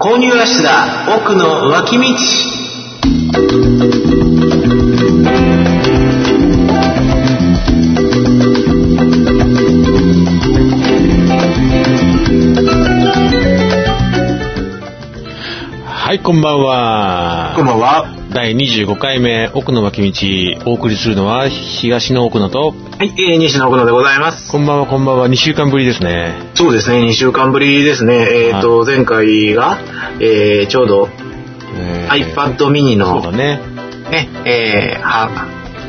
購入足だ奥の脇道はい、こんばんは。こんばんは。第25回目、奥の脇道、お送りするのは、東の奥野と、はい、えー、西野奥野でございます。こんばんは、こんばんは、2週間ぶりですね。そうですね、2週間ぶりですね。えっ、と、前回が、えー、ちょうどえー iPad mini そうのだ、ね。ね、えー、は、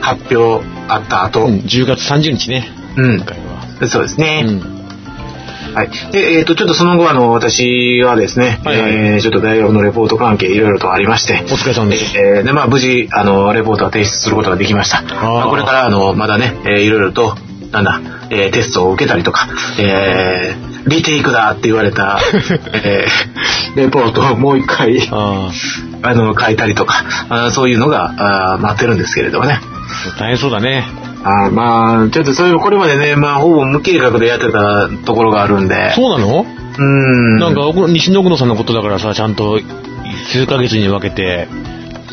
発表あった後、ううんん、 10月30日ね、今回は。そうですうね。ん。はい。で、えっ、と、ちょっとその後、あの、私はですね、はいはいえーちょっと大学のレポート関係いろいろとありまして、お疲れ様です。えーで、まあ、無事、あの、レポートは提出することができました。まあこれから、あの、まだね、えーいろいろと、なんだ、えーテストを受けたりとか、えーリテイクだって言われ た、えーレポートをもう一回、ああ、あの、変えたりとか、あーそういうのが、あー待ってるんですけれどもね。大変そうだね。あーまあ、ちょっとそれ、これまでね、まあ、ほぼ無計画でやってたところがあるんで、そうなうのん。なんか、奥西野奥野さんのことだからさ、ちゃんと、数ヶ月に分けて、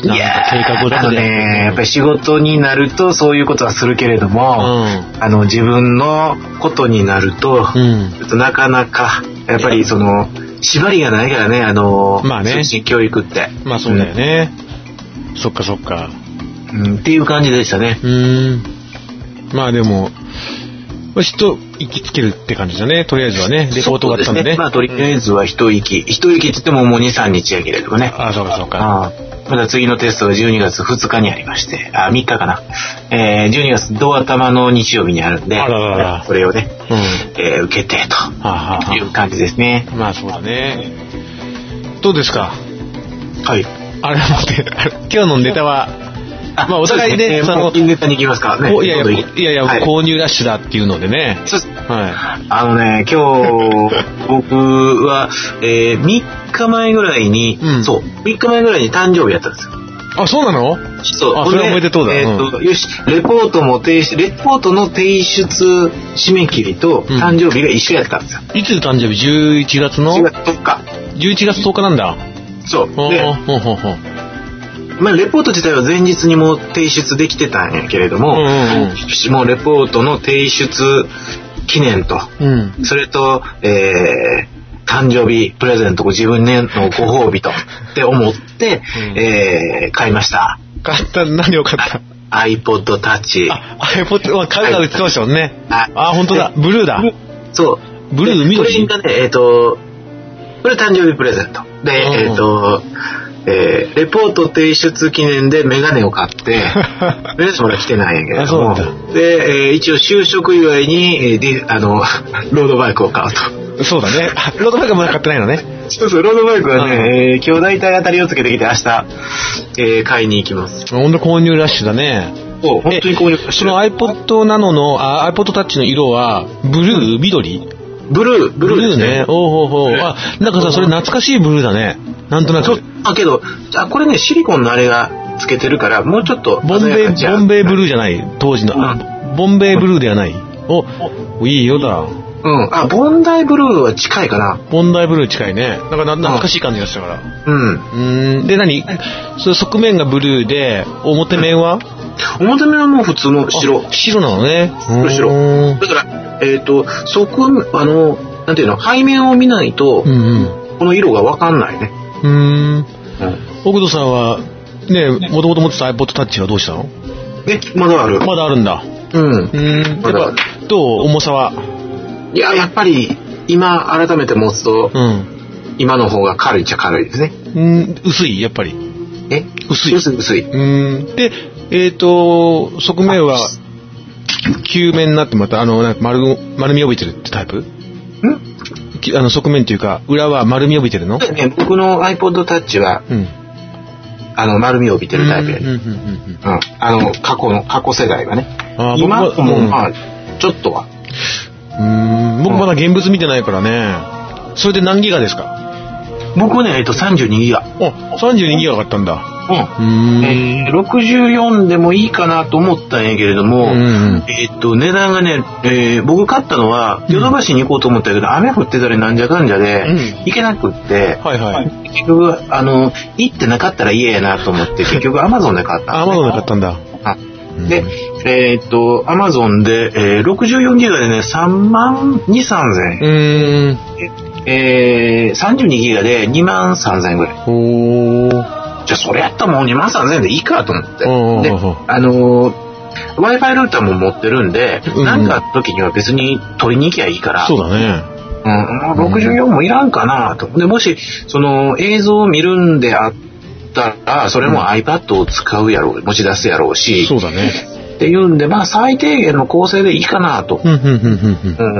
いなんやか計画をーあの立てて。ね、やっぱり仕事になるとそういうことはするけれどうも、ん。あの、自分のことになると、うん。ちょっとなかなか、やっぱりその、縛りがないからね、あの、まあね通信教育って。まあそうだよね。そっかそっか。うん、うんっていう感じでしたね。うーん。まあでも、まあちょっと行きつけるって感じだね。とりあえずはね、レポートがあったんそでうね。まあ、とりあえずは一息。一息って言ってももう2、3日やけれどもね。ああ、そうかそうか。ああまだ次のテストが12月2日にありまして、あ、3日かな。えー、12月ど頭の日曜日にあるんで、あらららそれをね、うん。はえー受けてあ、はあという感じですね。はあ、まあそうだね。どうですかはい。あれ待って、あれ今日のネタは、まあお互いねそそのの、インネタに行きますかね。こういやいや、どんどんこういやいや、はい購入ラッシュだっていうのでね。そうですはあのね、今 日、僕は、えー、3日前ぐらいに、うんそう、3日前ぐらいに誕生日やったんですよ。い。あ、そうなのそうあほんそれはおめでとうだえーとよし、レポートも提出、レポートの提出締め切りとうん誕生日が一緒やったんですよ。いつ誕生日 ?11 月の4月10日。 ?11 月10日なんだ。そう。おでー、ほうほうほう。まあ、レポート自体は前日にもう提出できてたんやけれども、うんうんうんよしもうレポートの提出記念と、うん。それと、えー、誕生日プレゼント、ご自分へのご褒美と、って思って、うんえー、買いました。買った、何を買った iPod Touch。あ、iPod、まあ買うから言ってましたもんね。はいあ、本当だ。ブルーだ。そう。ブルーでこ緑れがね、えっ、と、これ誕生日プレゼント。で、うんえっ、と、えー、レポート提出記念でメガネを買 って、メガネもら来てないんやけれどあそうなも、で、えー一応就職祝いに、えーであの、ロードバイクを買うと。 そうだね。あロードバイクはまだ買ってないのね。そうそう、ロードバイクはうんね、えー今日大体当たりをつけてきて明日、えー買いに行きます。本当購入ラッシュだね。そう、本当に購入してその iPod Nano の、あ、iPod Touch の色は、ブルー、緑ブルー、ブブルールでーすねね。。おうほうほう。あ、なんかさ、それ懐かしいブルーだね。なんとなそうく。、あ、けど、あ、これね、シリコンのあれがつけてるから、もうちょっとボン鮮ベイ、やかちゃう、ボンベイブルーじゃない。当時の。あボンベイブルーではない。お、いい色だ。うん。あ、ボンダイブルーは近いかな。ボンダイブルー近いね。なんかな懐かしい感じがしたから。うん。うーん。で、何その側面がブルーで、表面は表面はもう普通の白。あ白なのね。白白うーんだから、えっ、と、そこ、あの、なんていうの、背面を見ないとう、んこの色がわかんないね。うん。うーん。奥戸さんは、ね、もともと持ってた iPod Touch はどうしたのえ、まだある。まだあるんだ。うんう。ーん。まだやっぱ、どう重さは。いや、やっぱり、今、改めて持つと、うん。今の方が軽いっちゃ軽いですね。うん、薄い、やっぱり。え薄い薄い、薄い。うーん。で、えっ、と、側面は、球面になってまた、あの、なんか丸ご、丸み帯びてるってタイプんきあの、側面というか、裏は丸み帯びてるのでね、僕の iPod Touch は、うん。あの、丸みを帯びてるタイプやうんね。うんうんうんうん。うん。あの、過去の、過去世代がね。あー今僕はも、うんまあ、ちょっとは。うーん僕まだ現物見てないからねそれで何ギガですか僕ね、えっと、32ギガ。あ32ギガ買ったんだうーうんん。えー64でもいいかなと思ったんやけれども、うんえーっと、値段がね、えー僕買ったのは、ヨドバシに行こうと思ったけど、雨降ってたりなんじゃかんじゃで、うん行けなくって、はいはい。結局、あの、行ってなかったら嫌やなと思 って、結局アマゾンで買ったアんマでゾすね。ンで買ったんだ。あうんで、えーっと、アマゾンで、えー64ギガでね、3万2、3000円。うーん。えー32ギガで2万3000円ぐらい。おー。じゃあそれやったらもう2万3000円でいいかと思って。うんうんうんうんで、あのー Wi-Fi ルーターも持ってるんで、うんなんかあった時には別に取りに行きゃいいから、そうだね。うん、もう64もいらんかなと。で、もし、その映像を見るんであったら、それも iPad を使うやろう、持ち出すやろうし、そうだね。っていうんで、まあ最低限の構成でいいかなと。うん、うん、うん、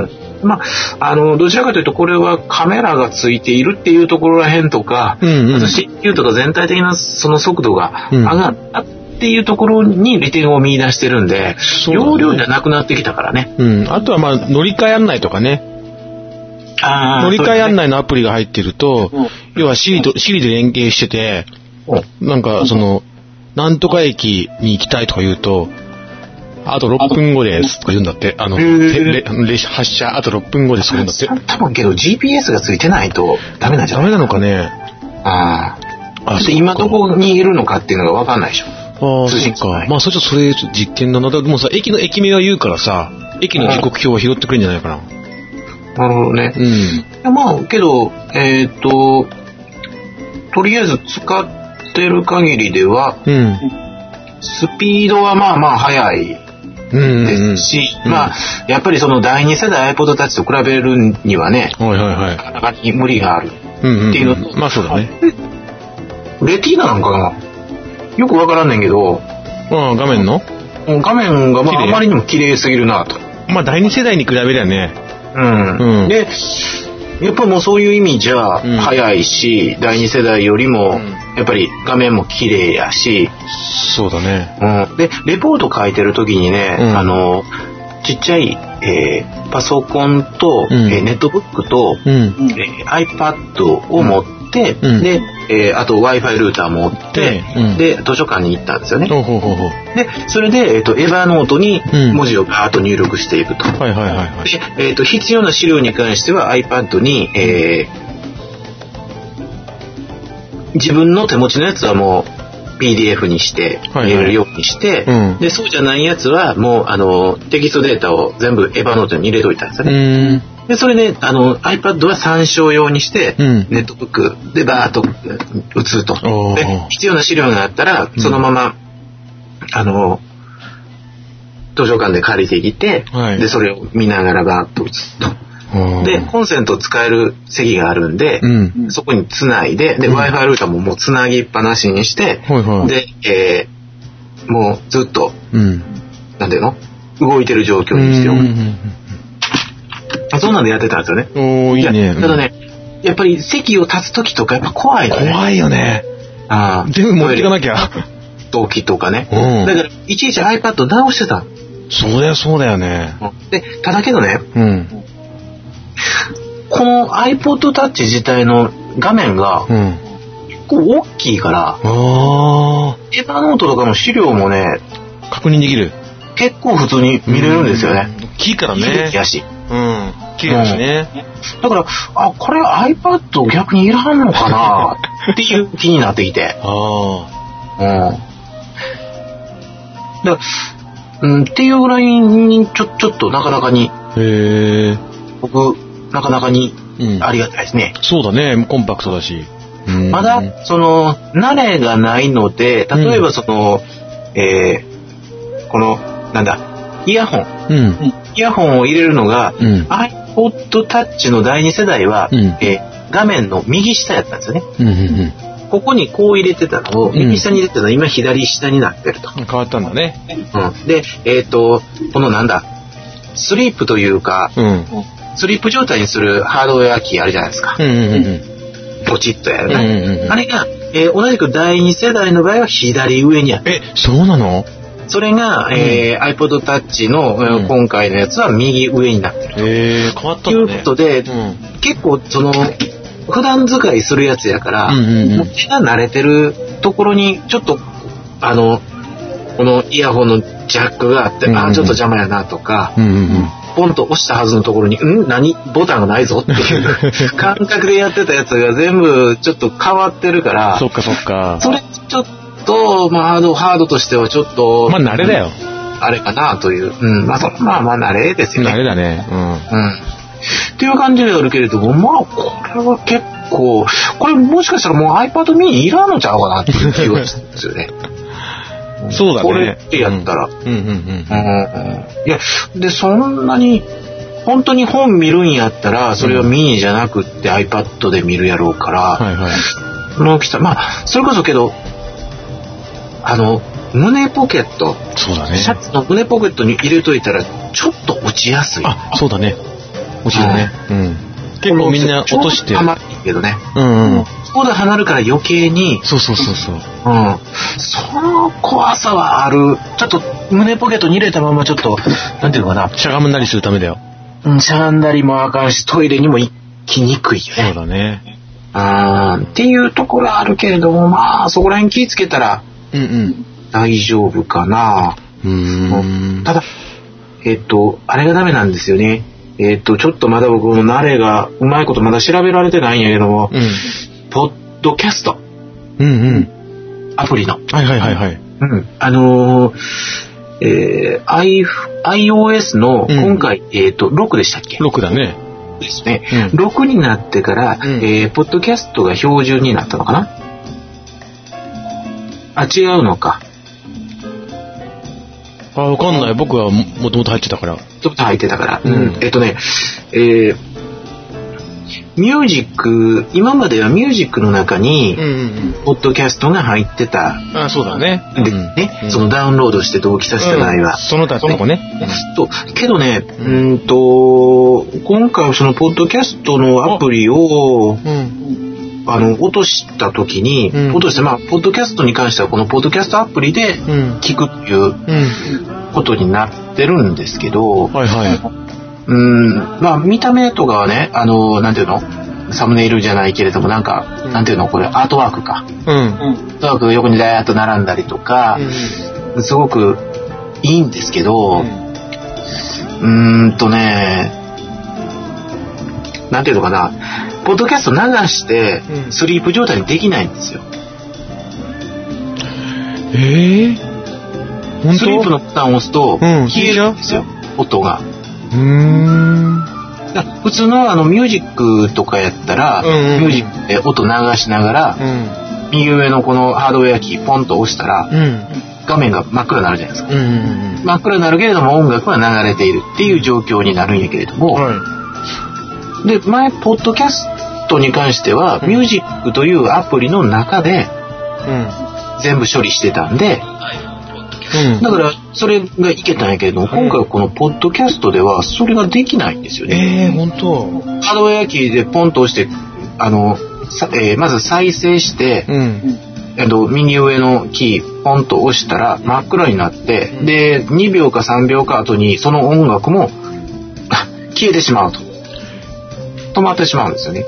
うんまあ、あの、どちらかというと、これはカメラがついているっていうところらへんとか、うん。うん、うあんと。新旧とか全体的なその速度がうん上がったっていうところに利点を見出してるんで、そうだね容量じゃなくなってきたからね。うん。あとは、まあ、乗り換え案内とかね。あ乗り換え案ない。内のアプリが入ってると、要は Siri と、Siri で連携してて、うんなんか、その、なんとか駅に行きたいとか言うと、あと6分後ですとか言うんだって。あの、へーてれ列車発車、あと6分後ですとか言うんだって。多分けど GPS がついてないとダメなんじゃダないメなのかね。ああ。あだって今どこにいるのかっていうのがわかんないでしょ。ああ、通そ信う機はかい。まあ、それちょっとそれ実験だな。でもさ、駅の駅名は言うからさ、駅の時刻表は拾ってくれるんじゃないかな。なるほどねう。ん。まあ、けど、えーっと、とりあえず使ってる限りでは、うん。スピードはまあまあ速いうん。うん。でうんすし、まあ、やっぱりその第二世代 iPod たちと比べるにはね、はいはいはいな。かなかに無理がある。うんうんうんっていうのとまあそうだね。レティーナなんかが、よくわからんねんけど、うん、画面の画面がま綺あ麗あまりにも綺麗すぎるなと。まあ第二世代に比べりゃね。うん。うんで、やっぱりもうそういう意味じゃ、うん早いし、第二世代よりうもん、やっぱり画面も綺麗やし、そうだね。うん、でレポート書いてる時にね、うんあのちっちゃい、えーパソコンと、うんえーネットブックと、うん。えー iPad を持って、うんで、えーあと w i f i ルーター持って、うんで図書館に行ったんですよね。おうほうほうほう。でそれで、えー、とエヴァノートにうん文字をバーッと入力していくと。はいはいはいはい。で、えー、と必要な資料に関しては iPad に、えー自分の手持ちのやつはもう PDF にしてはいは入いれるようにして、うんでそうじゃないやつはもうあのテキストデータを全部エヴァノートに入れといたんですよね。うん。でそれで、あの iPad は参照用にして、うんネットブックでバーッと打つとおー。で必要な資料があったらそのまま、あの図書館で借りてきて、はいでそれを見ながらバーッと打つと。うんで、コンセント使える席があるんで、うん。そこにつないで、で、うん Wi-Fi ルーターももうつなぎっぱなしにして、はいはい。で、えーもうずっと、うん。なんていうの動いてる状況にしておうんうく。んそんなんでやってたんですよね。うんおーいいね。やただね、やっぱり席を立つ時とかやっぱ怖いのうん。ね。怖いよね。ああ全部持っていかなきゃ。ゃ。時とかね。うんだから、いちいち iPad 直してたの。そうだよ、そうだよね。で、ただけどね、うん。この iPod Touch 自体の画面がうん。結構大きいから、あペーパーノートとかの資料もね、あ。確認できる。結構普通に見れるんですよね。うん。大きいから綺麗やね。し。うん。綺麗だしね。だから、あ、これ iPad 逆にいらんのかなっていう気になってきて。あうん。だからうん、っていうぐらいに、ちょ、ちょっとなかなかに、あ。へえ。僕、なかなかにうんありがたいですね。そうだね、コンパクトだし。うんまだ、その、慣れがないので、例えばその、えーこの、なんだ、イヤホン。うん。イヤホンを入れるのが、うん iPod Touch の第2世代は、うんえー画面の右下やったんですよね。うんうんここにこう入れてたのを、うん右下に入れてたのが今左下になってると。うん。変わったんだね。うんで、えっ、と、このなんだ、スリープというか、うん。スリープ状態にするハードウェアキーあるじゃないですかうん。うんうんポチッとやうるん。うんね。うんうんあれが、えー同じく第2世代の場合は左上にある。え、そうなのそれが、えー iPod Touch の、えーうん今回のやつは右上になってる。へえ、変わっとたいんうだこね。とで、うん。結構その普段使いするやつやから、うんうんうんもう手が慣れてるところに、ちょっと、あの、このイヤホンのジャックがあって、うんうんあー、ちょっと邪魔やなとか、うんうんうん。ポンと押したはずのところに、ん何ボタンがないぞっていう 感覚でやってたやつが全部ちょっと変わってるから、そっかそっか。それちょっと、まあ、ハード、ハードとしてはちょっと、まあ、慣れだよ。あれかなという。うん。まあ、そまあまあ、慣れですよね。慣れだね。うん。っていう感じではあるけれども、まあ、これは結構、これもしかしたらもう iPad mini いらんのちゃうかなっていう気がするんですよね。うん。 そうだね。これってやったら。うんうんうんうんうんいや、で、そんなに、本当に本見るんやったら、それはミニじゃなくって iPad で見るやろうから、はいはい。の大きさ、まあ、それこそけど、あの、胸ポケット、そうだね。シャツの胸ポケットに入れといたら、ちょっと落ちやすい。あ、そうだね。落ちるね。うん。結構みんな落として。あうまりいけどね。んうん。そこで離るから余計に、そうそうそうそう。うん、その怖さはある。ちょっと胸ポケットに入れたままちょっと、なんていうのかな、しゃがむなりするためだよ。うんしゃがんだりもあかんし、トイレにも行きにくいよそうね。だね。うん、っていうところはあるけれども、まあ、そこら辺気ぃつけたらうん大丈夫かな。うん。うーん。ただ、えっと、あれがダメなんですよね。えっと、ちょっとまだ僕も慣れが、うまいことまだ調べられてないんやけどもう、ん。ポッドキャスト、うんうん。アプリの。はいはいはいはい。うん、あのーえー I- iOS のうん今回、えっ、と、6でしたっけ6だね。ですね。うん6になってから、うんえーポッドキャストが標準になったのかなあ、違うのか。あ、わかんない。僕はももともと入ってたから。ちょっと入ってたから。うんうんえっ、とね、えーミュージック、今まではミュージックの中に、んポッドキャストが入ってたんうん。あ、そうだね。ですね。そのダウンロードして同期させた場合は。うんその他のとこね。とけどね、うーんと、今回そのポッドキャストのアプリを、うん。あの、落とした時に、うん落として、まあ、ポッドキャストに関してはこのポッドキャストアプリでうん。聞くっていううん。ことになってるんですけど、うはいはい。ーん、まあ、見た目とかはね、あの、なんていうのサムネイルじゃないけれども、なんか、うんなんていうのこれ、アートワークか。うん。アートワークが横にダーッと並んだりとか、すごくいいんですけど、うーんとね、なんていうのかな、ポッドキャスト流してう、んスリープ状態にできないんですよ。ええ本スリープ当のボタンを押すと、うん消えるんですよ、音が。うーん。だから普通のあのミュージックとかやったら、うんうんうんミュージックで音流しながら、うん。右上のこのハードウェアキーポンと押したら、うん。画面が真っ暗になるじゃないですか。うんうん真っ暗になるけれども音楽は流れているっていう状況になるんやけれども、うん。はで前ポッドキャストに関しては、うんミュージックというアプリの中でい。うん。全部処理してたんでうんだからそれがいけたんやけれども、今回このポッドキャストではそれができないんですよね。ええ本当ハードウェアキーでポンと押してあの、さえーまず再生して、うん。えっと右上のキーポンと押したら真っ暗になって、うんで2秒か3秒か後にその音楽もあ消えてしまうと止まってしまうんですよね。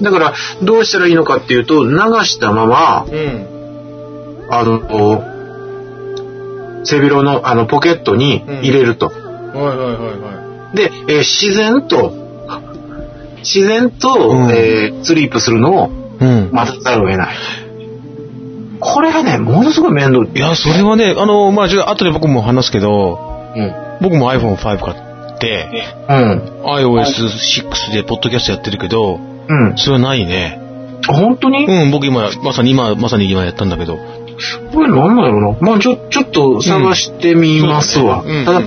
だから、どうしたらいいのかっていうと、流したまま、うん。あの、背広のあのポケットに入れると。はいはいはいはで、えー自然と、自然と、うんえースリープするのをい。うん。待たざるを得ない。これがね、ものすごい面倒。いや、それはね、あの、まあ、ちょっと後で僕も話すけど、うん。僕も iPhone5 買って、うん。 iOS6 でポッドキャストやってるけど、うん。それはないね。本当に、うん、僕今、まさに今、まさに今やったんだけど。これなんだろうな。まあちょ、ちょっと探してみますわ。うんそうただ、だねうんうん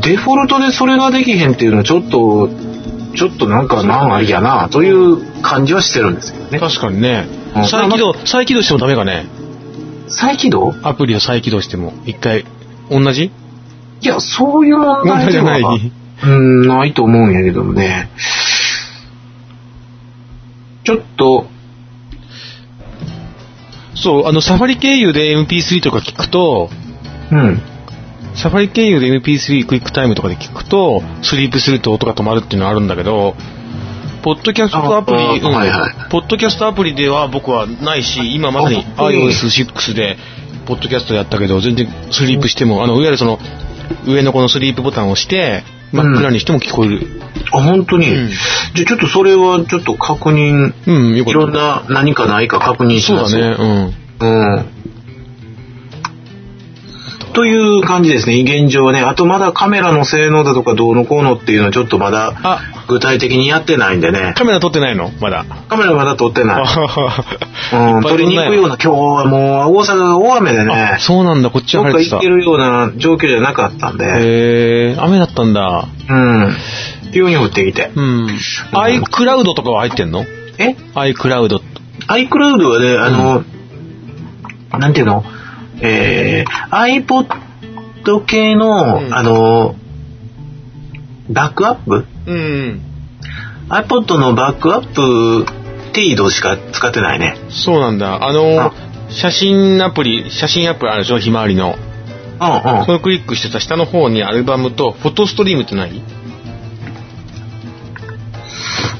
デフォルトでそれができへんっていうのはちょっと、ちょっとなんかなんありやな、という感じはしてるんですけどね。確かにねうん。再起動、再起動してもダメかね。再起動アプリを再起動しても、一回、同じいや、そういう問問題題じでゃな。はいうん、ないと思うんやけどもね。ちょっと、そう、あの、サファリ経由で MP3 とか聞くと、うん。サファリ経由で MP3 クイックタイムとかで聞くと、スリープすると音が止まるっていうのはあるんだけど、ポッドキャストアプリ、ああはいはいうんポッドキャストアプリでは僕はないし、今まさにあ iOS6 で、ポッドキャストやったけど、全然スリープしても、あの、いわゆるその、上のこのスリープボタンを押して、うん真っ暗にしても聞こえる。あ、本当に、うんじゃあちょっとそれはちょっと確認、うん、よいかろっんな何かないか確認た。しそうます。だね、うん。という感じですね、現状はね。あとまだカメラの性能だとかどうのこうのっていうのはちょっとまだあ具体的にやってないんでねうん。。カメラ撮ってないのまだ。カメラまだ撮って ない。ううん、撮りに行くような今日はもう大阪が大雨でねあ、そうなんだ、こっちどはっか晴れて行たけ。るような状況じゃなかったんで、へえ、雨だったんだ。うん。急に降ってきて。うん。iCloud とかは入ってんのえ ?iCloud。 iCloud はね、あの、なんていうのえー、iPod 系の、うんあの、バックアップうん。 iPod のバックアップ程度しか使ってないね。そうなんだ。あのあ、写真アプリ、写真アプリあるでしょひまわりの。うんうん。そのクリックしてた下の方にアルバムと、フォトストリームってない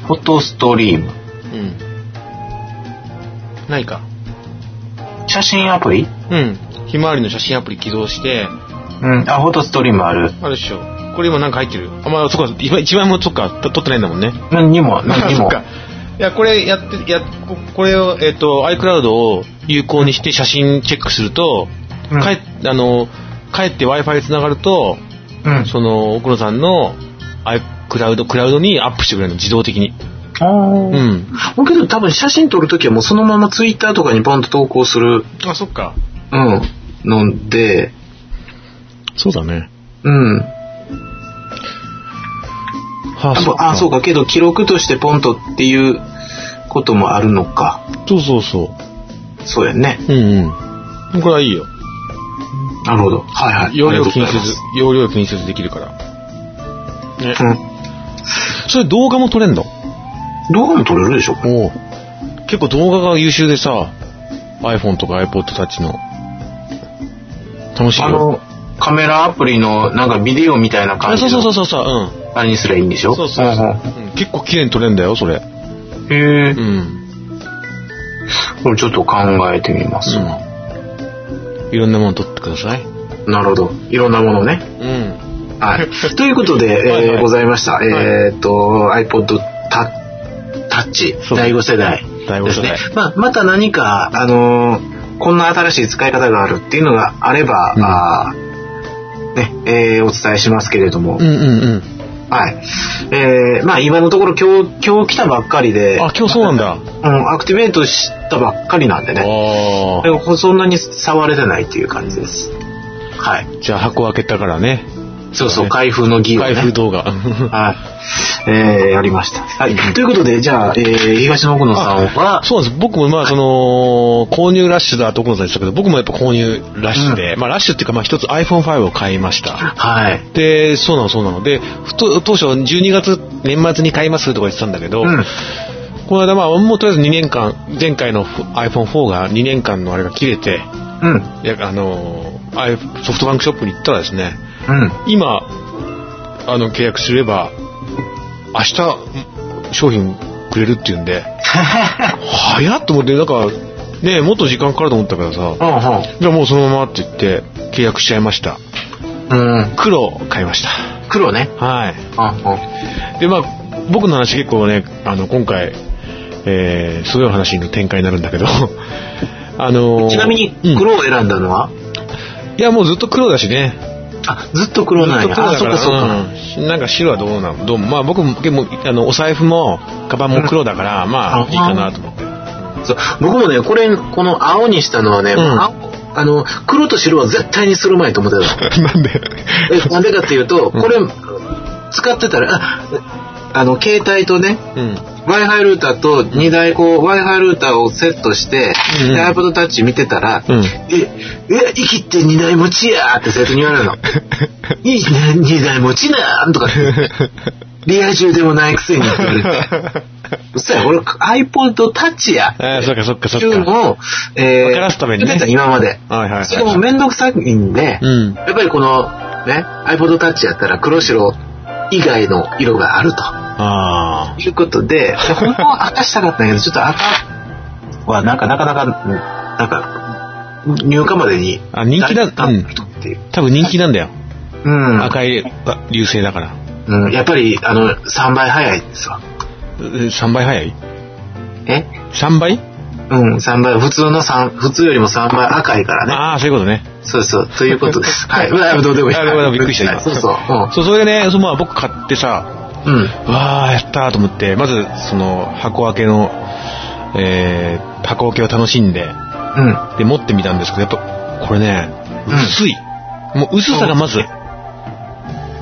フォトストリーム。うん。ないか。写真アプリうん。ひまわりの写真アプリ起動して、うん。あ、フォトストリームある。あるでしょ。これ今なんか入ってる。あ、まあ、そっか、今一枚もそっか、と撮ってないんだもんね。何にも、ま何あ、に そっも。か。いや、これやって、や、ここれを、えっ、と、iCloud を有効にして写真チェックすると、うんかえ、あの、帰って Wi-Fi 繋がると、うん。その、奥野さんの iCloud、クラウドにアップしてくれるの、自動的に。あうーん。だけど多分写真撮るときはもうそのままツイッターとかにポンと投稿する、あ、そっか。うん、ので、そうだね。うん。はあ、あそそううあそうか、けど記録としてポンとっていうこともあるのか。そうそうそそうやね。う。うんうん。これはいいよ。なるほど。はいはい。容量あり気にがとせうございず、容量気にせずできるから。ねま。それ動画も撮れんのすうん。動画も撮れるでしょおう結構動画が優秀でさ iPhone とか iPod たちの楽しいあよの、カメラアプリのなんかビデオみたいな感じそうのそうそうそうそううんあれにすりゃいいんでしょそうそうそう、うん結構綺麗に撮れんだよそれうんへえう。ん、これちょっと考えてみます。うん、いろんなもの撮ってくださいなるほど。いろんなものね。うん はい。ということで、えーはいはいございました。いえーっと、iPod タタッチそう第5世代第で5す世ね代。まあ、また何か、あのーこんな新しい使い方があるっていうのがあれば、うんあーねえーお伝えしますけれども、うんうんうんはい。えーまあ、今のところ今日、今日来たばっかりで、あ今日そうなんだうん、アクティベートしたばっかりなんでね、あでもそんなに触れてないっていう感じです。はい。ーじゃあ箱開けたからねそうそう、開封の儀をね。開封動画 はい。えー、やりました。はい。うんということで、じゃあ、えー、東野奥野さんは、そうなんです僕もま あその購入ラッシュだと奥野さんでしたけど僕もやっぱ購入ラッシュで、まあラッシュっていうかまあ一つ iPhone5 を買いましたはい。で、そうなの、そうなの。で、ふと当初、12月、年末に買いますとか言ってたんだけど、うん。この間、まあ、もうとりあえず2年間、前回の iPhone4 が2年間のあれが切れて、うん。いやあのー、アイソフトバンクショップに行ったらですね、 うん。今、あの、契約すれば、明日、商品くれるっていうんで、早っと思って、なんか、ねもっと時間かかると思ったからさ、じゃあもうそのままって言って、契約しちゃいました。うん。うん。黒を買いました。黒ね。はい。うん。でまあ僕の話結構ねあの今回、えー、すごい話の展開になるんだけど あのーちなみにうん、黒を選んだのは、いやもうずっと黒だしねあ、ずっと黒ずっなんとや。黒あ、だかそっらかそっか。うんなんか白はどうなのどうもまあ僕も結構あのお財布もカバンも黒だから、まああいいかなと思って そう僕もね、これ、この青にしたのはね、うんああの、黒と白は絶対にするまいと思って た。なんでえなんでかっていうと、うんこれ、使ってたら、あ、あの、携帯とね、うん Wi-Fi ルーターと2台こう Wi-Fi ルーターをセットして、うんうんで iPod Touch 見てたら、 うんえ、え、生きて2台持ちやーって生徒に言われ るの。いいね、2台持ちなんとかって。リア充でもないくせにって言われ て。うっさい、俺 iPod Touch やっあーそっかそっかそてっいうかのを、え分からすためにね言ってた今まで。はいはいはいそれもめんどくさいんで、うんやっぱりこの、ね、iPod Touch やったら黒白以外の色があると。ああ。いうことで、で本当は明かしたかったんやけど、ちょっと明かはなんかなかなか、うんなんか、入荷までに。あ人気だったっていう。多分人気なんだよ。うん。赤いあ流星だから。うん、やっぱり、あの、3倍早いんですわ。え3倍早いえ ?3 倍うん、3倍、普通の三普通よりも3倍赤いからね。ああ、そういうことね。そうそう、という ことです。はい。まあ、どうでもいい。あれはびっくりした、今。そうそう。そう、それでね、そまあ僕買ってさ、うん。うん。わあ、やったーと思って、まず、その、箱開けの、えー、箱開けを楽しんで、うん。で、持ってみたんですけど、やっぱ、これね、うん薄い。もう薄さがまず。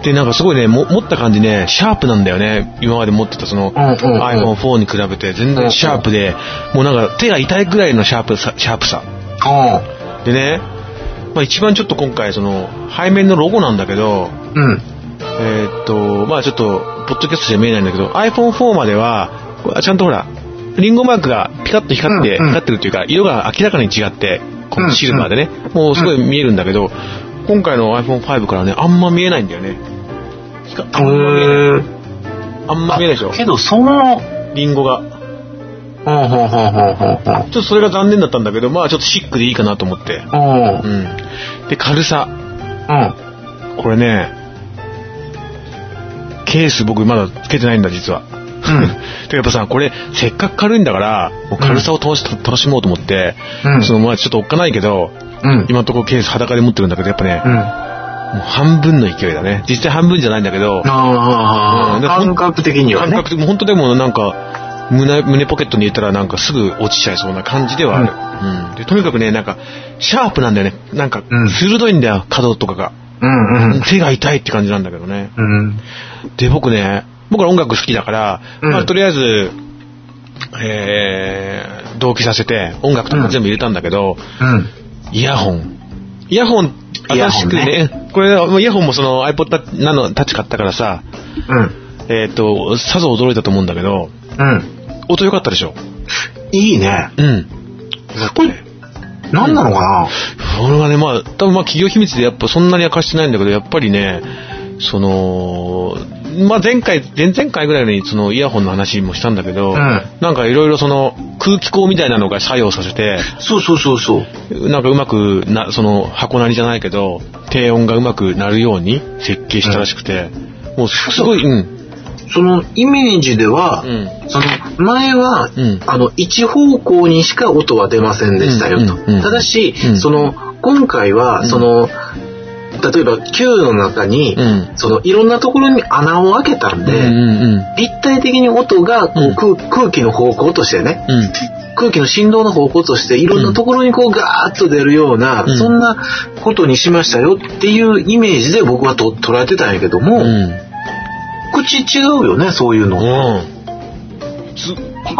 で、なんかすごいね、も持った感じね、シャープなんだよね。今まで持ってたその、うんうんうん iPhone4 に比べて全然シャープで、もうなんか手が痛いぐらいのシャープさ、シャープさ。うでね、まあ一番ちょっと今回その、背面のロゴなんだけど、ん。うん。えーっと、まあちょっと、ポッドキャストじゃ見えないんだけど、iPhone4 までは、こうちゃんとほら、リンゴマークがピカッと光って、うんうん光ってるというか、色が明らかに違って、こうのんシルバーでね、もうすごい見えるんだけど、今回の iPhone5 からね、あんま見えないんだよね。光あんま見えないへえ。あんま見えないでしょけど、その、リンゴが。ほうほうほうほうほうほう。ちょっとそれが残念だったんだけど、まあちょっとシックでいいかなと思って。うん。ううん。ん。で、軽さ。これね、ケース僕まだつけてないんだ、実は。でやっぱさ、これ、せっかく軽いんだから、もう軽さを通し、楽しもうと思って、うんその、まあちょっとおっかないけど、うん。今のところケース裸で持ってるんだけど、やっぱね、うん。もう半分の勢いだね。実際半分じゃないんだけど、あうんあ、感覚的には感ね。覚的に、本当でもなんか、胸、胸ポケットに入れたらなんかすぐ落ちちゃいそうな感じではある。うん。で、とにかくね、なんか、シャープなんだよね。なんかうん、鋭いんだよ、角とかが。うんうん。手が痛いって感じなんだけどね。うん。で、僕ね、僕ら音楽好きだから、うんまあ、とりあえず、えー、同期させて、音楽とか全部入れたんだけど、うん。イヤホン。イヤホン、イヤ新ホしンくねね、これ、まあイヤホンもその iPod タッチナノタッチ買ったからさ、うん。えっ、と、さぞ驚いたと思うんだけど、うん。音良かったでしょいいね。うん。これ、なんなのかなそれがね、まあ、多分まあ企業秘密でやっぱそんなに明かしてないんだけど、やっぱりね、その、まあ前回、前々回ぐらいにそのイヤホンの話もしたんだけど、うんなんかいろいろその空気口みたいなのが作用させて、そうそうそうそう。なんかうまくな、その箱なりじゃないけど、低音がうまくなるように設計したらしくて、もうすごい、うん、そのイメージでは、うその前は、うんあの一方向にしか音は出ませんでしたよと。うんうんうんただし、うんその今回は、うんその例えば Q の中に、うんそのいろんなところに穴を開けたんうで、んうん立体的に音がこう、うん空空気の方向としてね、うん。うん。空気の振動の方向としていろんなところにこうガーッと出るような、うんそんなことにしましたよっていうイメージで僕はと捉えてたんやけども、うん。口違うよねそういうの。うん。す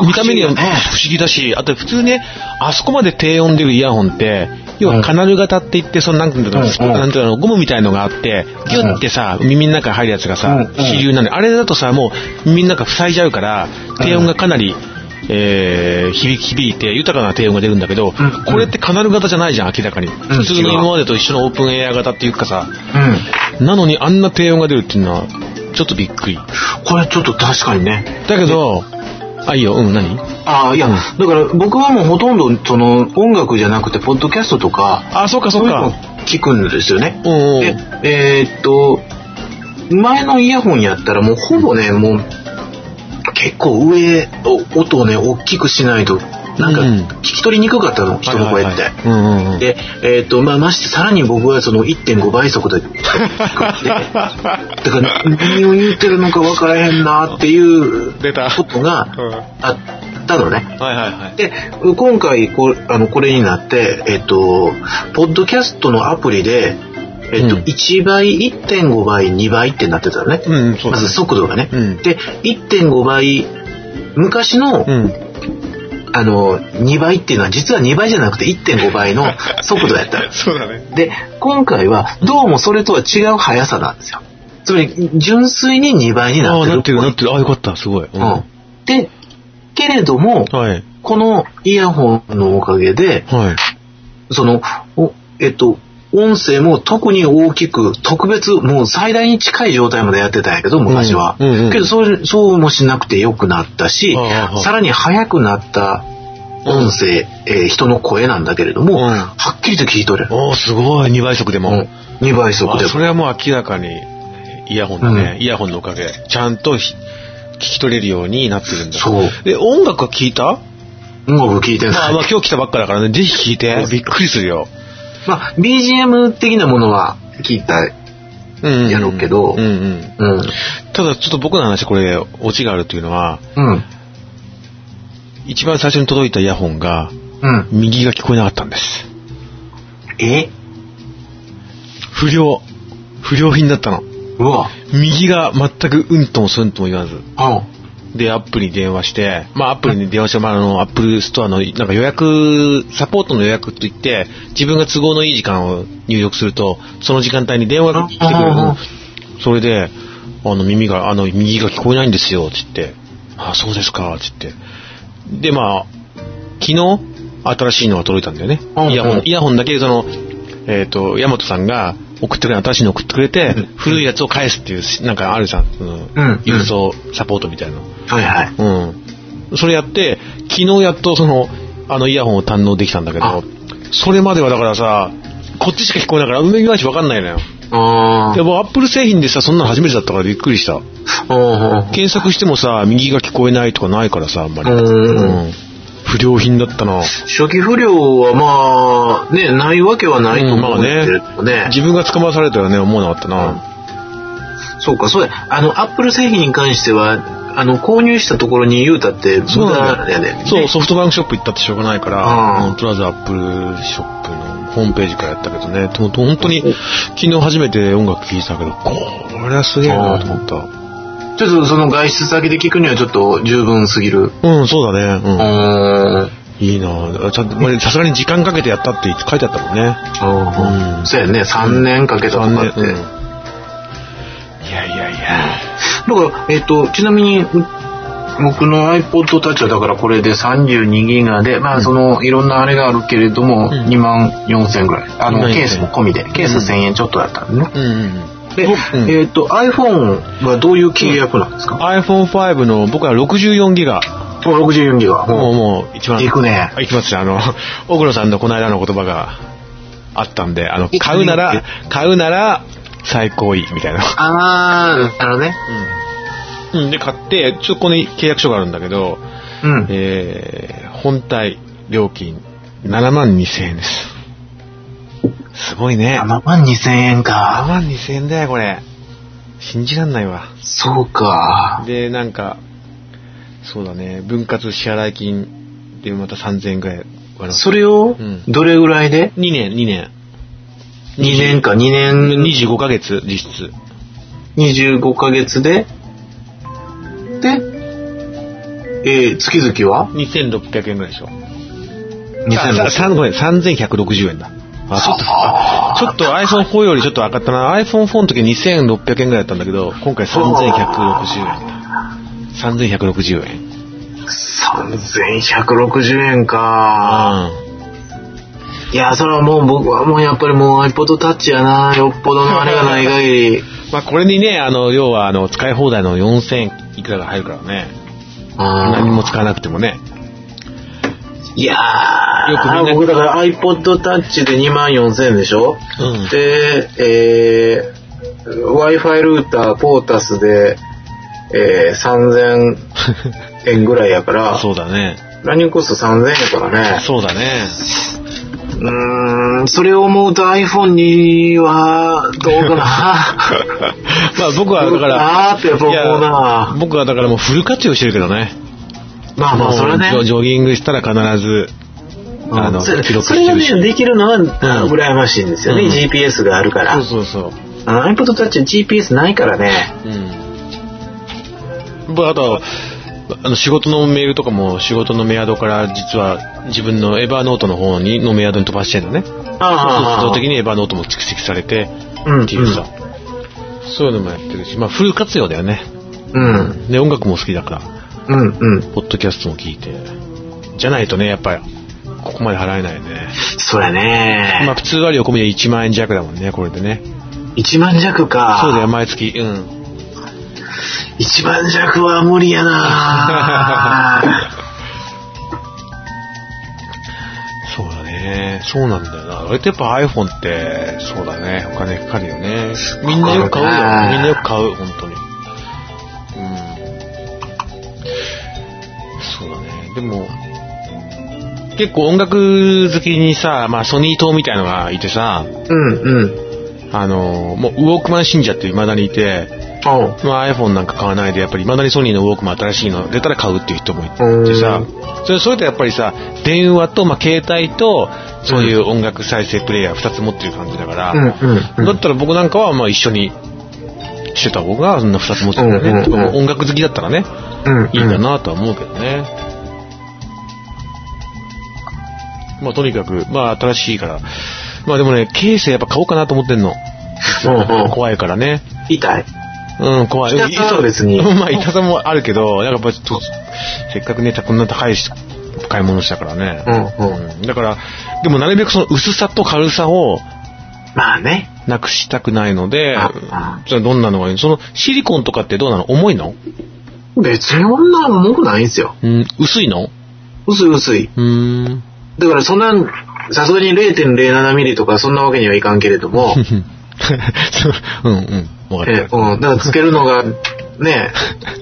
見た目に不思議よは不ね思議だし、あと普通ね、あそこまで低音出るイヤホンって、要うはんカナル型って言って、そのなんていうの、うんうんなんていうの、ゴムみたいのがあって、ギュッてさ、耳の中に入るやつがうんさうん、主流なんで、あれだとさ、もう耳の中塞いじゃうから、低音がかなり、えー響き響いて豊かな低音が出るんだけど、うんうんこれってカナル型じゃないじゃん、明らかに。普通の今までと一緒のオープンエア型っていうかさ、うんなのにあんな低音が出るっていうのは、ちょっとびっくり。これちょっと確かにね。だけど、あ、いいよ、うん、何ああ、いや、だから僕はもうほとんどその音楽じゃなくて、ポッドキャストとか、あ、そうか、そそうういうのをか。聞くんですよね。うんうん。で、えーっと、前のイヤホンやったらもうほぼね、もう結構上、お音をね、大きくしないと、なんかうん聞き取りにくかったの、人の声って。はいはいはいうんうんうん。で、えーっと、まあ、まして、さらに僕はその1.5倍速で、だから何を言ってるのか分からへんなっていう 出たことがうんあったのね。はいはいはい。で、今回こあのこれになって、えっと、ポッドキャストのアプリで、えっと、うん1倍、1.5倍、2倍ってなってたのね。うん、そうまだねず速度がね。うんで、1.5倍、昔の、うん。あの、2倍っていうのは実は2倍じゃなくて1.5倍の速度やったの。そうだね。で、今回はどうもそれとは違う速さなんですよ。つまり、純粋に2倍にあなっあ、てる。なってる、なってる。あよかった、すごい。ううん。で、けれども、はい。このイヤホンのおかげで、はい。その、おえっと、音声も特に大きく、特別、もう最大に近い状態までやってたんやけど、昔は。うんうんうんけどそう、そうもしなくて良くなったし、ああああさらに速くなった音声、えー人の声なんだけれども、うんはっきりと聞いとる。おーすごい、2倍速でも。うん、2倍速であそれはもう明らかにイヤホンだね、イヤホンのおかげちゃんとひ聞き取れるようになってるんだそうで音楽は聞いた、音楽聞いてまなあ、いまあ。今日来たばっかだからねぜひ聞いてびっくりするよ、まあ、BGM 的なものは聞いた。うんやろうけどうんうん、うん。ただちょっと僕の話これオチがあるというのはうん。一番最初に届いたイヤホンがうん。右が聞こえなかったんですえ不良不良品だったのうわ。右が全くうんともすんとも言わずうん。で、アップに電話して、まあ、アップルに電話して、まあ、あの、アップルストアの、なんか予約、サポートの予約といって、自分が都合のいい時間を入力すると、その時間帯に電話が来てくれるあのあ。それで、あの、耳が、あの、右が聞こえないんですよ、つって。ああ、そうですか、つって。で、まあ、昨日、新しいのが届いたんだよねうん。イヤホうンん、イヤホンだけ、その、えっ、と、ヤマトさんが送ってくれ、新しいの送ってくれて、古いやつを返すっていう、なんかあるじゃん。そうのん郵送サポートみたいなの。はいはい。うん。それやって、昨日やっとその、あのイヤホンを堪能できたんだけあど、それまではだからさ、こっちしか聞こえないから、上回しわかんないのよ。あでもアップル製品でさ、そんなの初めてだったからびっくりした。あ。検索してもさ、右が聞こえないとかないからさ、あんまり。うんうん不良品だったな。初期不良はまあ、ね、ないわけはないとうんま思うあんだねけれどもね。自分が捕まされたらね、思わなかったな。そうか、そうや。あの、アップル製品に関しては、あの、購入したところに言うたって、そうな無ん駄だやよ。ね。そう、ソフトバンクショップ行ったってしょうがないから、うんうんとりあえずアップルショップのホームページからやったけどね、とと本当に昨日初めて音楽聴いてたけど、これはすげえなと思った。ちょっとその外出先で聞くにはちょっと十分すぎる。うん、そうだうね。ん。うん。いいなちゃんと、まあさすがに時間かけてやったって書いてあったもんね。うんそうやね、3年かけたとかって。残念だかうんいやいやいや。ら、えっ、と、ちなみに、う僕の iPod Touch はだからこれで32ギガで、まあその、いろんなあれがあるけれども、うん2万4千ぐらい。あの、うんケースも込みで。ケース1000円ちょっとだったんでね。うんうん。で、うんえっ、と、iPhone はどういう契約なんですか、 iPhone5 の僕は64ギガ。もう64ギガ。ももうもう一番。行くね行きますよあの、 奥野さんのこの間の言葉があったんで、あの、行くね買うなら、買うなら最高位みたいな。あー、なるほどね。うん。で、買って、ちょっとここに契約書があるんだけど、うん。えー、本体料金7万2千円です。すごいね。 7万2000円7か。万2千円だよ、これ。信じらんないわ。そうか。で、なんか、そうだね、分割支払い金でまた3000円ぐらい割それをうん、どれぐらいで、 2年、2年。 ?2 年か、2年、 25ヶ月、実質。 25ヶ月で、で、えー、月々は2600円ぐらいでしょ。 2600ささごめん、3160円だ。あちょっとあちょっと iPhone4 よりちょっと上がったな。iPhone4 の時2600円ぐらいだったんだけど、今回3160円だ。3160円。 3160円か。あいや、それはもう僕はもうやっぱりもう iPod Touch やな。よっぽどのあれがない限り。まあこれにね、あの、要はあの、使い放題の4000いくらが入るからね。 何も使わなくてもね。いやー、よくみんな僕だから iPod Touch で2万4000円でしょ、うんで、えー、Wi-Fi ルーター、ポータスで、えー、3000円ぐらいやから、 そうだね。ランニングコスト3000円やからね。そうだ ね。うーん、それを思うと iPhone には、どうか なまあ僕はだかあら、ーってやっぱ思うないや僕はだからもうフル活用してるけどね。まあまあ、それはね。ジョジョギングしたら必ず、あの、それ記録それがしてるし。ね、できるのは、あの羨ましいんですよね、うん GPS があるから。そうそうそう。あの iPod Touch は GPS ないからね。うん。僕あと、あの仕事のメールとかも仕事のメアドから実は自分のエバーノートの方にのメアドに飛ばしてるのね。そうするああと自動的にエバーノートも蓄積されてうんっていうさ、そういうのもやってるし、まあフル活用だよね。うん、で、音楽も好きだかうら、ん、うん。ポッドキャストも聞いて。じゃないとね、やっぱりここまで払えないね。そうやね。まあ、普通割りを込みで1万円弱だもんね、これでね。 1万弱か。そうだよ、毎月。うん。 1万弱は無理や なそうだね。そうなんだよな。割とやっぱ iPhone って、そうだね。お金かかるよね。みんなよく買うよ。かかるねみんなよく買う、本当に。うん。そうだね。でも、結構音楽好きにさ、まあソニー党みたいのがいてさ、うんうん。あの、もうウォークマン信者って未だにいて、おうまあ、iPhone なんか買わないで、やっぱり未だにソニーのウォークマン新しいの出たら買うっていう人もいてさうん、それそれとやっぱりさ、電話と、まあ、携帯と、そういう音楽再生プレイヤー2つ持ってる感じだから、うんうんうんだったら僕なんかはまあ一緒にしてた方が、そんな2つ持ってるからね、うんうんうんとかも音楽好きだったらね、うんいいんだなとは思うけどね。まあ、とにかく、まあ、新しいから。まあ、でもね、ケースやっぱ買おうかなと思ってんの。うんうん怖いからね。痛い。うん、怖い。痛さは別に まあ、痛さもあるけど、なんかやっぱちょっと、せっかくね、こんな高いし買い物したからね。うんうん。うんだから、でもなるべくその薄さと軽さをまあね。なくしたくないのでああ、じゃあどんなのがいいのそのシリコンとかってどうなの重いの別に女は重くないんですよ。うん、薄いの薄い薄い。うーん。 だからそんな、さすがに0.07ミリとかそんなわけにはいかんけれど も、そううんうん。わかえった。うん、だからつけるのが、ね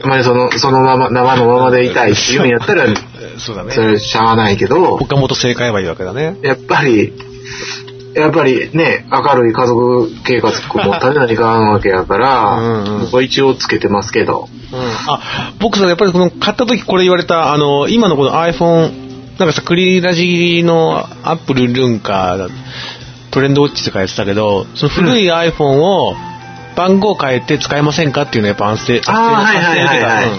あまりその、そのまま、生のままで痛いっていうんやったら、 そうだそね。れしゃあないけど、岡本正解はいいわけだね。やっぱり、やっぱりね、明るい家族計画も食べなにかんわけやから、うんうん僕は一応つけてますけど。うん。あ、僕さ、やっぱりこの買った時これ言われた、あの、今のこの iPhone、なんかさ、クリラジのアップルルンカー、トレンドウォッチとかやってたけど、その古い iPhone を番号変えて使えませんかっていうのやっぱ安静、安静、あー安静受けはいはいはいた。はいうん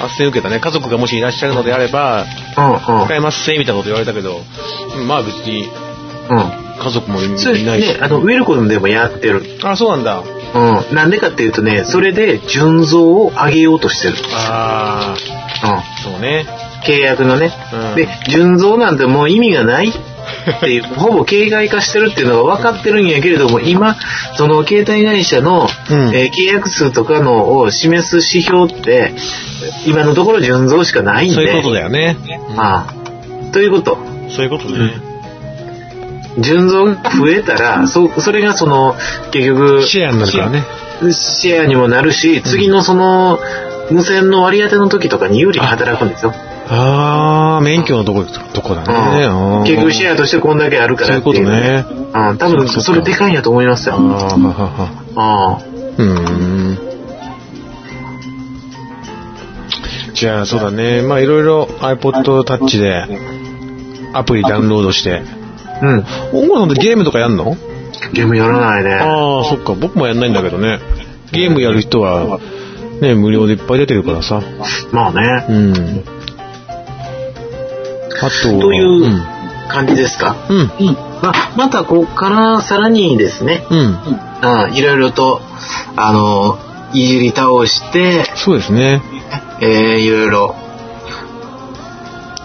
圧政受けたね。家族がもしいらっしゃるのであれば、うんうん。使えますせ、みたいなこと言われたけど、うんまあ別にうん。家族もいそれいないし。ね、あの、ウェルコムでもやってる。あ、そうなんだ。うん。なんでかっていうとね、それで純増を上げようとしてる。あうん。あ、そうね。契約のね、うんで純増なんてもう意味がないっていう ほぼ形骸化してるっていうのが分かってるんやけれども今その携帯会社の、うんえー契約数とかのを示す指標って今のところ純増しかないんでそういうことだよね。ああということうんそういうことね。純増が増えたらそそれがその結局シェアになるからね。シェアにもなるし次のその、無線の割り当ての時とかに有利に働くんですよ。ああ、免許のとこ、とこだね。うあん、ー結局シェアとしてこんだけあるかそらういうっていことうね。うん、多分それでかいんやと思いますあよ。ーうん。ははは。うーん。じゃあ、そうだね。まあ、いろいろ iPod Touch でアプリダウンロードして。うん。音楽のゲームとかやんのゲームやらないね。ああ、そっか。僕もやんないんだけどね。ゲームやる人は、ね、無料でいっぱい出てるからさ。まあね。うん。あとはというん感じですか。うん。うん。まあ、またこっからさらにですね、うん。うん、いろいろと、あの、いじり倒して、そうですね。えー、いろいろ、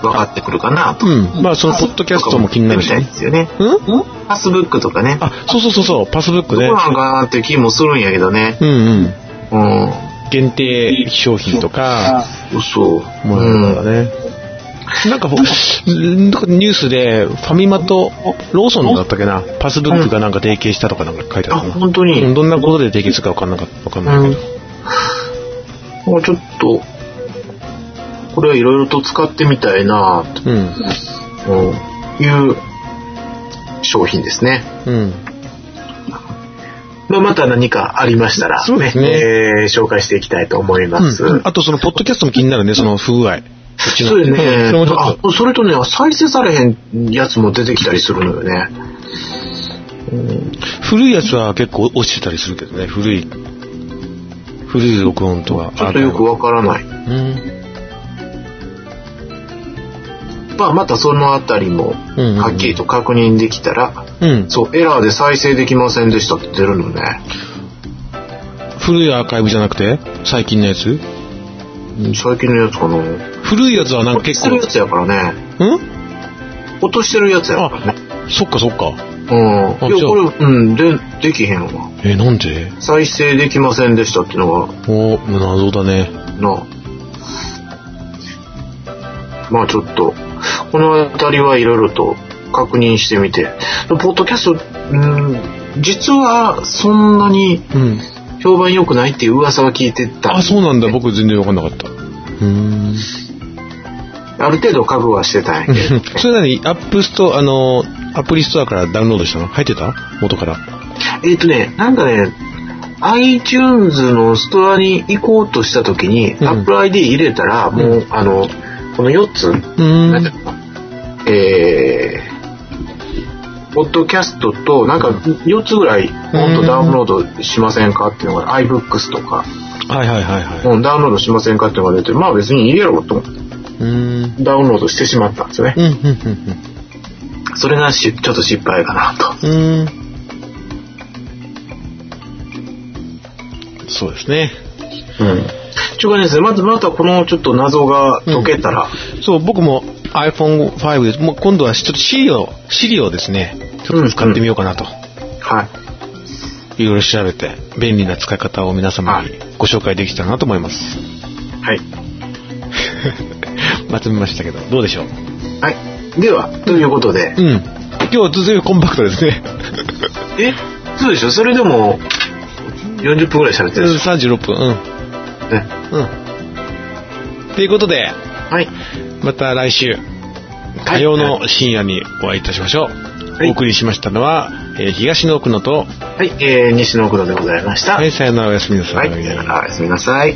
分かってくるかなと。うん。まあ、その、ポッドキャストも気になるしやってみねたい。ですよね。うんファスブックとかね。あ、そうそうそうそう、パスブックどうね。なんかなっていう気もするんやけどね。うんうん。うん。限定商品とか、そう。もらうからね。なんかほ、うんなんかニュースで、ファミマとローソンだったっけな、パスブックがなんか提携したとかなんか書いてあ、あるな。本当に。うんどんなことで提携するかわかんなかった。わかんないけど。うん。もうちょっと、これはいろいろと使ってみたいなとうん。いう商品ですね。うん。まあ、また何かありましたら、そうですねえー紹介していきたいと思います。うん、あとそのポッドキャストも気になるね、その不具合。うちのそうですんねそれもちょあっと。それとね再生されへんやつも出てきたりするのよね古いやつは結構落ちてたりするけどね、古い。古い録音とか。ちょっとよくわからないうん。まあまたそのあたりもうんうんうんはっきりと確認できたら、うん。そうエラーで再生できませんでしたって出るのね古いアーカイブじゃなくて、最近のやつうん最近のやつかな古いやつはなんか結す構、るやつやからねん落としてるやつやからね。あ、そっかそっか。うん。いじや、ゃあこれ、うん、で、できへんわ。え、なんで再生できませんでしたっていうのが、おー謎だね。なあまあちょっと、この辺りはいろいろと確認してみて。ポッドキャスト、うん、実はそんなにうん。評判良くないっていう噂は聞いてた。あ、そうなんだ。僕全然わかんなかった。うーん。 ある程度覚悟はしてたんやけ ど。それなに、アップスト、あの、アプリストアからダウンロードしたの入ってた元から。えっ、とね、なんかね、iTunes のストアに行こうとした時に、ん Apple ID 入れたら、もう、あの、この4つ、うーなんんて。いうのえー、ポッドキャストと、なんか4つぐらい、ほんとダウンロードしませんかっていうのが、iBooks とか、はいはいはいはい。うん、ダウンロードしませんかっていうのが出て、まあ別にいいやろうと思って、うーん。ダウンロードしてしまったんですよねう。ん、うん、それがし、ちょっと失敗かなと。うん、うん。うーん。そうですね。うん。ちゅうかですね、まず、またこのちょっと謎が解けたら、そう、僕も iPhone5 です。もう今度はちょっと資料、資料をですね、ちょっと使ってみようかなと。はい。いろいろ調べて、便利な使い方を皆様にご紹介できたらなと思います。 はい。まとめましたけど、どうでしょうはい。では、ということでう。ん。今日ずいぶんコンパクトです ね。え、そうでしょそれでも、40分ぐらい喋ってるでし36分。ょ、ね、うん。うん。ということで、はい。また来週、火曜の深夜にお会いいたしましょう。はいお送りしましたのは、えー東の奥野と、はい、えー、西野奥野でございました。はい、さよならおやすみなさはい、さよならおやすみなさい。